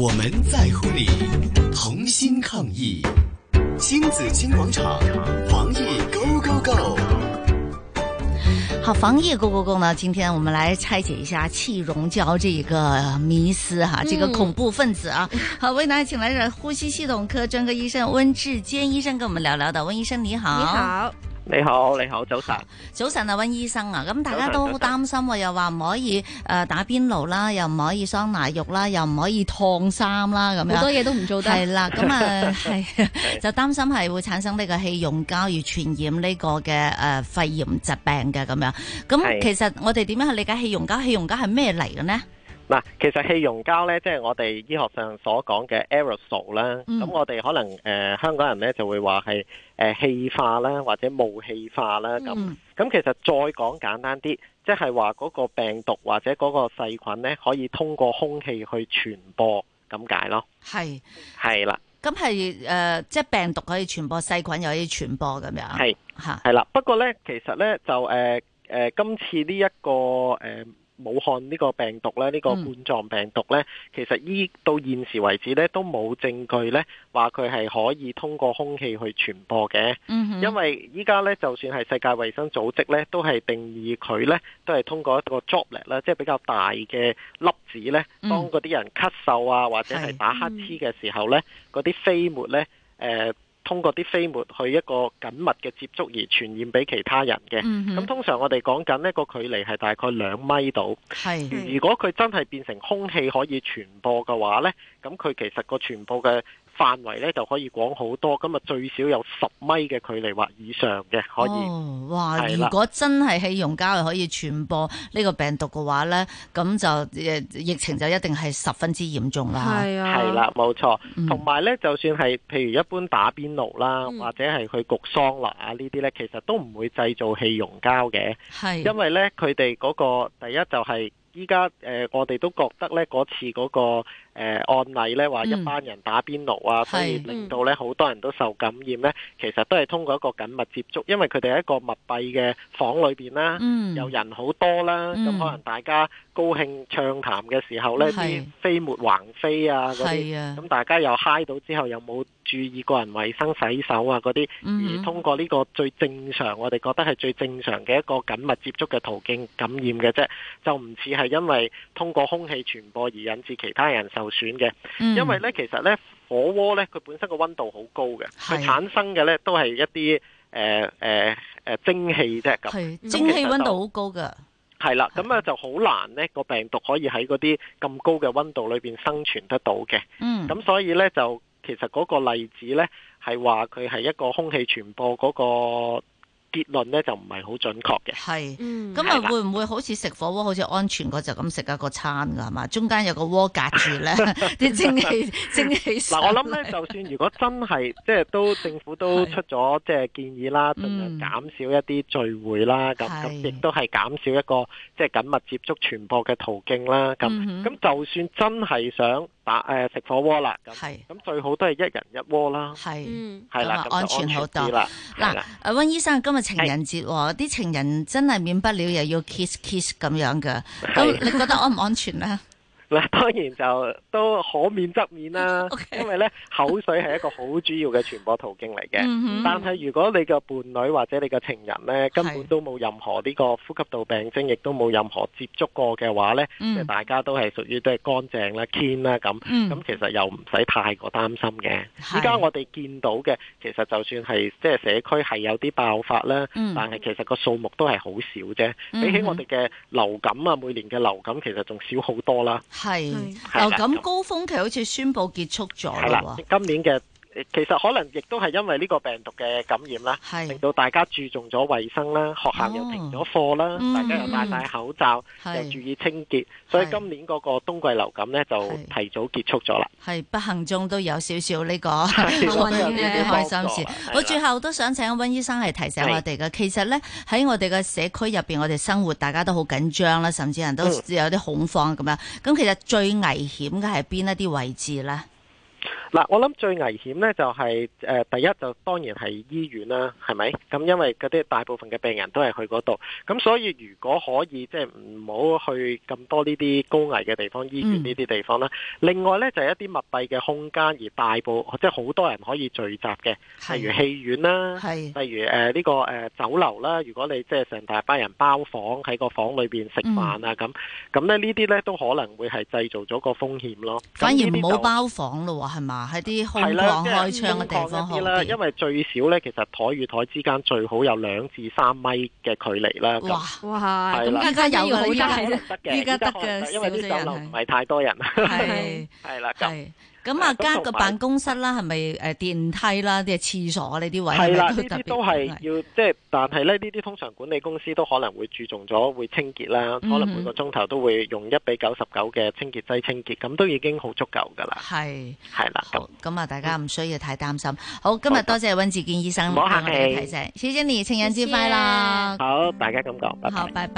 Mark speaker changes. Speaker 1: 我们在乎你，同心抗疫。亲子金广场，防疫 Go Go Go！
Speaker 2: 好，防疫 Go Go Go 呢？今天我们来拆解一下气溶胶这个呃迷思哈，这个恐怖分子啊。好，为大家请来了呼吸系统科专科医生温志坚医生跟我们聊聊的。温医生你好，
Speaker 3: 你，好，
Speaker 4: 你好，你好，早晨。
Speaker 2: 早晨啊，温醫生啊，咁大家
Speaker 4: 早晨
Speaker 2: 都好
Speaker 4: 早晨
Speaker 2: 擔心喎，啊又話唔可以誒打邊爐啦，又唔可以桑拿浴啦，又唔可以燙衫啦，咁
Speaker 3: 好多
Speaker 2: 樣。
Speaker 3: 嘢都唔做得，
Speaker 2: 啊係 啦，咁啊係 就擔心係會產生呢個氣溶膠而傳染呢個嘅誒肺炎疾病嘅咁樣。咁
Speaker 4: 係
Speaker 2: 其實我哋點樣去理解氣溶膠？氣溶膠係咩嚟嘅呢？
Speaker 4: 嗱，其實氣溶膠咧，即係我哋醫學上所講嘅 aerosol 啦。
Speaker 2: 嗯
Speaker 4: 咁我哋可能誒、呃香港人咧就會話係誒氣化啦，或者霧氣化啦咁。
Speaker 2: 嗯
Speaker 4: 咁其實再講簡單啲，即係話嗰個病毒或者嗰個細菌咧，可以通過空氣去傳播咁解咯。
Speaker 2: 係
Speaker 4: 係啦，
Speaker 2: 咁係誒，即係病毒可以傳播，細菌又可以傳播咁樣。
Speaker 4: 係
Speaker 2: 嚇，
Speaker 4: 係啦。不過咧，其實咧就誒誒、呃呃今次呢、一個誒。呃武漢呢個病毒咧，呢、個
Speaker 2: 嗯
Speaker 4: 冠狀病毒咧，其實依到現時為止咧，都冇證據咧話佢係可以通過空氣去傳播嘅。
Speaker 2: 嗯哼
Speaker 4: 因為依家咧，就算係世界衛生組織咧，都係定義佢咧，都係通過一個 droplet 啦，即係比較大嘅粒子咧，
Speaker 2: 嗯
Speaker 4: 當嗰啲人咳嗽啊，或者係打乞嗤嘅時候咧，嗰啲飛沫咧，誒、通過啲飛沫去一個緊密嘅接觸而傳染俾其他人嘅。
Speaker 2: 嗯
Speaker 4: 咁、
Speaker 2: 哼，
Speaker 4: 通常我哋講緊呢個距離係大概兩米度。
Speaker 2: 係。
Speaker 3: 嗯
Speaker 4: 如果佢真係變成空氣可以傳播嘅話呢，咁佢其實個傳播嘅範圍呢就可以廣好多，咁啊最少有十米嘅距離或以上嘅可以。
Speaker 2: 哦，哇！
Speaker 4: 係
Speaker 2: 如
Speaker 4: 啦
Speaker 2: 果真係氣溶膠係可以傳播呢個病毒嘅話咧，咁就誒疫情就一定係十分之嚴重啦。
Speaker 3: 係啊，
Speaker 4: 係啦，冇錯。
Speaker 2: 嗯
Speaker 4: 同埋呢，就算係譬如一般打邊爐啦，
Speaker 3: 嗯
Speaker 4: 或者係去焗桑拿啊呢啲呢，其實都唔會製造氣溶膠嘅。
Speaker 2: 係
Speaker 4: 因為咧，佢哋嗰個第一就係依家誒，我哋都覺得咧嗰次嗰、個、呃、案例咧，話一
Speaker 2: 嗯
Speaker 4: 班人打邊爐啊，所以
Speaker 2: 係
Speaker 4: 令到咧好多人都受感染咧，其實都係通過一個緊密接觸，因為佢哋喺一個密閉嘅房裏邊啦。
Speaker 2: 嗯
Speaker 4: 有人好多啦，咁、
Speaker 2: 嗯
Speaker 4: 可能大家高興暢談嘅時候呢，
Speaker 2: 係
Speaker 4: 啲飛沫橫飛啊嗰啲，
Speaker 2: 係啊，
Speaker 4: 咁大家又嗨到之後，又冇注意個人衞生、洗手啊嗰啲，而
Speaker 2: 嗯哼
Speaker 4: 通過呢個最正常，我哋覺得係最正常嘅一個緊密接觸嘅途徑感染嘅啫，就唔似係因為通過空氣傳播而引致其他人受損嘅。
Speaker 2: 嗯
Speaker 4: 因為呢，其實呢火鍋呢，佢本身個温度好高嘅，
Speaker 2: 係
Speaker 4: 佢產生嘅呢都係一啲呃誒誒誒蒸汽呃啫咁。
Speaker 2: 係
Speaker 3: 咁
Speaker 2: 蒸
Speaker 4: 其
Speaker 2: 氣
Speaker 4: 實
Speaker 2: 温
Speaker 4: 就
Speaker 2: 度好高㗎，
Speaker 4: 係啦，咁啊就好難呢個病毒可以喺嗰啲咁高嘅温度裏邊生存得到嘅。
Speaker 2: 嗯，
Speaker 4: 咁所以呢，就其實嗰個例子呢，係話佢係一個空氣傳播嗰個結論呢，就唔係好準確嘅。
Speaker 2: 係。
Speaker 3: 嗯，
Speaker 2: 咁
Speaker 3: 咁
Speaker 2: 啊，
Speaker 4: 係啦
Speaker 2: 會唔會好似食火鍋好似安全過就咁食一個餐㗎係嘛？中間有個鍋隔住 咧， 啲蒸氣 蒸氣
Speaker 4: 嗱，我諗呢，就算如果真係即係都政府都
Speaker 2: 係
Speaker 4: 出咗即係建議啦，盡
Speaker 2: 嗯
Speaker 4: 量減少一啲聚會啦，咁
Speaker 2: 係
Speaker 4: 咁亦都係減少一個即係緊密接觸傳播嘅途徑啦。咁
Speaker 2: 嗯哼
Speaker 4: 咁就算真係想打誒食火鍋啦，咁
Speaker 2: 係
Speaker 4: 咁最好都係一人一鍋啦，
Speaker 2: 係。
Speaker 3: 嗯，
Speaker 4: 係啦，
Speaker 2: 咁啊
Speaker 4: 咁就
Speaker 2: 安全好多
Speaker 4: 啲啦。係
Speaker 2: 嗱
Speaker 4: 啦，
Speaker 2: 誒温醫生，今日情人節喎，啲情人真係免不了又要 kiss kiss 咁樣嘅，咁
Speaker 4: 係
Speaker 2: 你覺得安唔安全咧？
Speaker 4: 嗱， 當然就都可免則免 啦
Speaker 2: OK
Speaker 4: 因為咧口水係一個好主要嘅傳播途徑嚟嘅。
Speaker 2: 嗯哼
Speaker 4: 但係如果你嘅伴侶或者你嘅情人咧，根本都冇任何呢個呼吸道病徵，亦都冇任何接觸過嘅話咧，即係
Speaker 2: 嗯
Speaker 4: 大家都係屬於都係乾淨啦、clean 啦咁。咁
Speaker 2: 嗯，
Speaker 4: 其實又唔使太過擔心嘅。
Speaker 2: 係
Speaker 4: 依家我哋見到嘅，其實就算係即係社區係有啲爆發啦，
Speaker 2: 嗯
Speaker 4: 但係其實個數目都係好少啫。
Speaker 2: 嗯
Speaker 4: 比起我哋嘅流感啊，每年嘅流感其實仲少好多啦。
Speaker 2: 係
Speaker 4: 係
Speaker 2: 流
Speaker 4: 啦
Speaker 2: 感高峰期好似宣布結束咗
Speaker 4: 係
Speaker 2: 啦哦
Speaker 4: 啦，
Speaker 2: 喎，
Speaker 4: 今年嘅其實可能亦都係因為呢個病毒嘅感染啦，令
Speaker 2: 係
Speaker 4: 到大家注重咗衞生啦，學校又停咗課啦，
Speaker 2: 嗯
Speaker 4: 大家又戴晒口罩，又注
Speaker 2: 係
Speaker 4: 意清潔，所以
Speaker 2: 係
Speaker 4: 今年嗰個冬季流感呢，就
Speaker 2: 係
Speaker 4: 提早結束咗啦。
Speaker 2: 係不幸中都有少少呢個。
Speaker 4: 係
Speaker 3: 好
Speaker 4: 啦
Speaker 3: 運嘅
Speaker 4: 都有呢啲
Speaker 2: 開心
Speaker 4: 幫助
Speaker 2: 事
Speaker 4: 啦，
Speaker 2: 我
Speaker 4: 係啦
Speaker 2: 最後都想請温醫生係提醒我哋嘅，其實咧喺我哋嘅社區入邊，我哋生活大家都好緊張啦，甚至人都有
Speaker 4: 嗯
Speaker 2: 啲恐慌咁樣。咁其實最危險嘅係邊一啲位置咧？
Speaker 4: 嗱，我諗最危險咧就係、誒、第一就當然係醫院啦，係咪？咁因為嗰啲大部分嘅病人都係去嗰度，咁所以如果可以即係唔好去咁多呢啲高危嘅地方，醫
Speaker 2: 嗯
Speaker 4: 院呢啲地方啦。另外咧就係、一啲密閉嘅空間，而大部即係好多人可以聚集嘅，例如
Speaker 2: 係
Speaker 4: 戲院啦。
Speaker 2: 係
Speaker 4: 例如誒呢、個誒、酒樓啦，如果你即係成大班人包房喺個房裏邊食飯
Speaker 2: 嗯
Speaker 4: 啊咁，咁咧呢啲咧都可能會係製造咗個風險咯。咁
Speaker 2: 反而
Speaker 4: 呢啲
Speaker 2: 唔好
Speaker 4: 就
Speaker 2: 包房咯喎，係嘛？喺啲空
Speaker 4: 係啦，
Speaker 2: 曠
Speaker 4: 即
Speaker 2: 開
Speaker 4: 係
Speaker 2: 窗嘅地
Speaker 4: 空曠
Speaker 2: 方
Speaker 4: 一
Speaker 2: 好
Speaker 4: 啲啦，因
Speaker 2: 啲。
Speaker 4: 為最少咧，其實台與台之間最好有兩至三米嘅距離啦。咁
Speaker 2: 哇！
Speaker 3: 哇，
Speaker 4: 係啦
Speaker 3: 咁依家有
Speaker 2: 依家有㗎啦，
Speaker 3: 好
Speaker 4: 依家
Speaker 3: 大
Speaker 4: 可
Speaker 3: 啫，
Speaker 4: 能得嘅，
Speaker 2: 依家得嘅
Speaker 4: 可能因為
Speaker 2: 少
Speaker 4: 啲
Speaker 2: 咗
Speaker 4: 酒樓
Speaker 2: 人係
Speaker 4: 唔係太多人，
Speaker 2: 係
Speaker 4: 係啦，咁
Speaker 2: 係。咁啊，
Speaker 4: 誒咁
Speaker 2: 加個
Speaker 4: 同埋
Speaker 2: 辦公室啦，係咪誒電梯啦，啲廁所啊呢啲位
Speaker 4: 係
Speaker 2: 咪
Speaker 4: 啦，
Speaker 2: 都
Speaker 4: 呢
Speaker 2: 特
Speaker 4: 啲
Speaker 2: 別
Speaker 4: 都係
Speaker 2: 係
Speaker 4: 要即係，但係咧呢啲通常管理公司都可能會注重咗會清潔啦，可能每個鐘頭都會用一比九十九嘅清潔劑清潔，咁都已經好足夠㗎啦，
Speaker 2: 係
Speaker 4: 係啦，咁
Speaker 2: 好咁啊，大家唔需要太擔心。好，今日
Speaker 4: 好
Speaker 2: 多謝温志健醫生
Speaker 4: 唔
Speaker 2: 幫
Speaker 4: 好
Speaker 2: 我
Speaker 4: 客
Speaker 2: 哋嘅提
Speaker 4: 氣
Speaker 2: 醒，謝謝你，情人節快樂，
Speaker 4: 好，大家咁講，拜拜
Speaker 2: 好，。拜拜。